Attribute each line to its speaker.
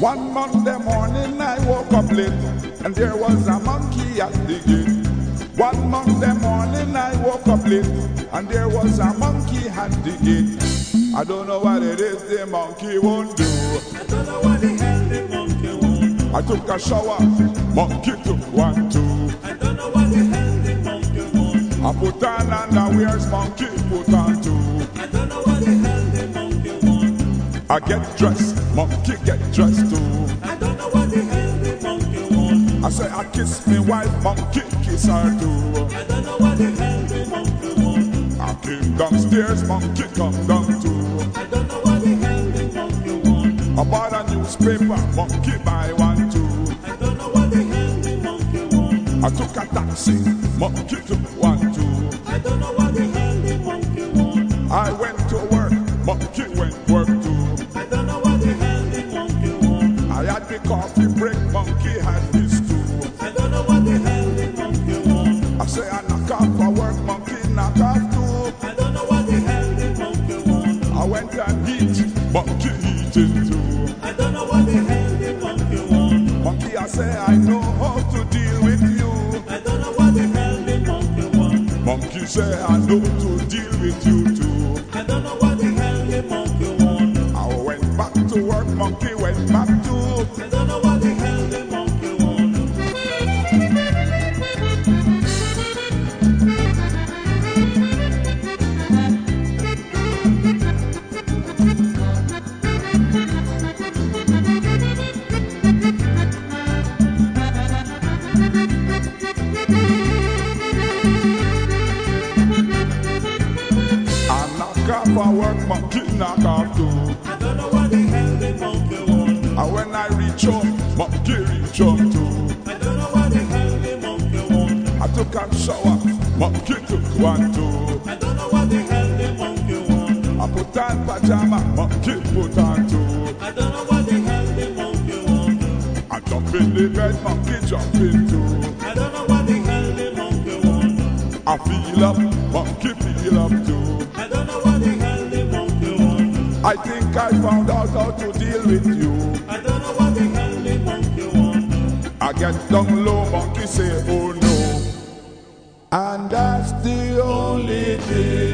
Speaker 1: One Monday morning I woke up late and there was a monkey at the gate. One Monday morning I woke up late and there was a monkey at the gate. I don't know what it is the monkey won't do.
Speaker 2: I don't know what the hell the monkey won't do.
Speaker 1: I took a shower, monkey took one too.
Speaker 2: I don't know what the hell the monkey won't do.
Speaker 1: I put on underwears, monkey put on too.
Speaker 2: I don't know what the hell the monkey won't do.
Speaker 1: I get dressed, monkey get dressed too.
Speaker 2: I don't know what the hell the monkey won't do.
Speaker 1: I say I kiss me wife, monkey kiss her too.
Speaker 2: I don't know what the hell the monkey won't do.
Speaker 1: I came downstairs, monkey come down too.
Speaker 2: I don't know what the hell the monkey won't do.
Speaker 1: I bought a newspaper, monkey buy one too.
Speaker 2: I don't know what the hell the monkey won't do.
Speaker 1: I took a taxi, monkey took one too.
Speaker 2: I don't know what the hell the monkey won't do.
Speaker 1: I went to work, monkey went work too.
Speaker 2: I don't know what the hell the monkey won't do.
Speaker 1: I had the coffee break, monkey had his too.
Speaker 2: I don't know what the hell the monkey won't do.
Speaker 1: I say I knock off for work, monkey knock off too.
Speaker 2: I don't know what the hell the monkey won't do.
Speaker 1: I went and eat, monkey eating too.
Speaker 2: I don't know what the hell the monkey won't do.
Speaker 1: Monkey I say I know how to deal with you.
Speaker 2: I don't know what the hell the monkey won't do.
Speaker 1: Monkey say I know to deal with you too.
Speaker 2: I don't know what the hell the monkey won't do.
Speaker 1: I went back to work, monkey went back to.
Speaker 2: I don't know what the hell the monkey won't do.
Speaker 1: I knock off for work, monkey knock off too.
Speaker 2: I don't know what the hell the monkey won't do.
Speaker 1: And when I reach home, monkey reach home too.
Speaker 2: I don't know what the hell the monkey won't do.
Speaker 1: I took a shower, monkey took one too.
Speaker 2: I don't know what the hell the monkey won't do.
Speaker 1: I put on pajama, monkey put on too.
Speaker 2: I don't know what the hell the monkey won't do.
Speaker 1: I jump in the bed, monkey jump in too.
Speaker 2: I don't know what the hell the monkey won't do.
Speaker 1: I feel up, monkey feel up too.
Speaker 2: I don't know what the hell the monkey won't do.
Speaker 1: I think I found out how to deal with you.
Speaker 2: I don't know what the hell the monkey won't do.
Speaker 1: I get down low, monkey say, oh no. And that's the only thing.